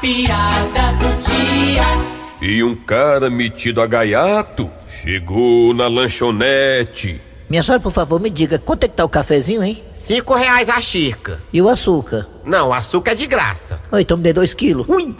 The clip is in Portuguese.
piada do dia. E um cara metido a gaiato chegou na lanchonete. Minha senhora, por favor, me diga, quanto é que tá o cafezinho, hein? Cinco reais a xícara. E o açúcar? Não, açúcar é de graça. Oi, então me dê dois quilos. Ui!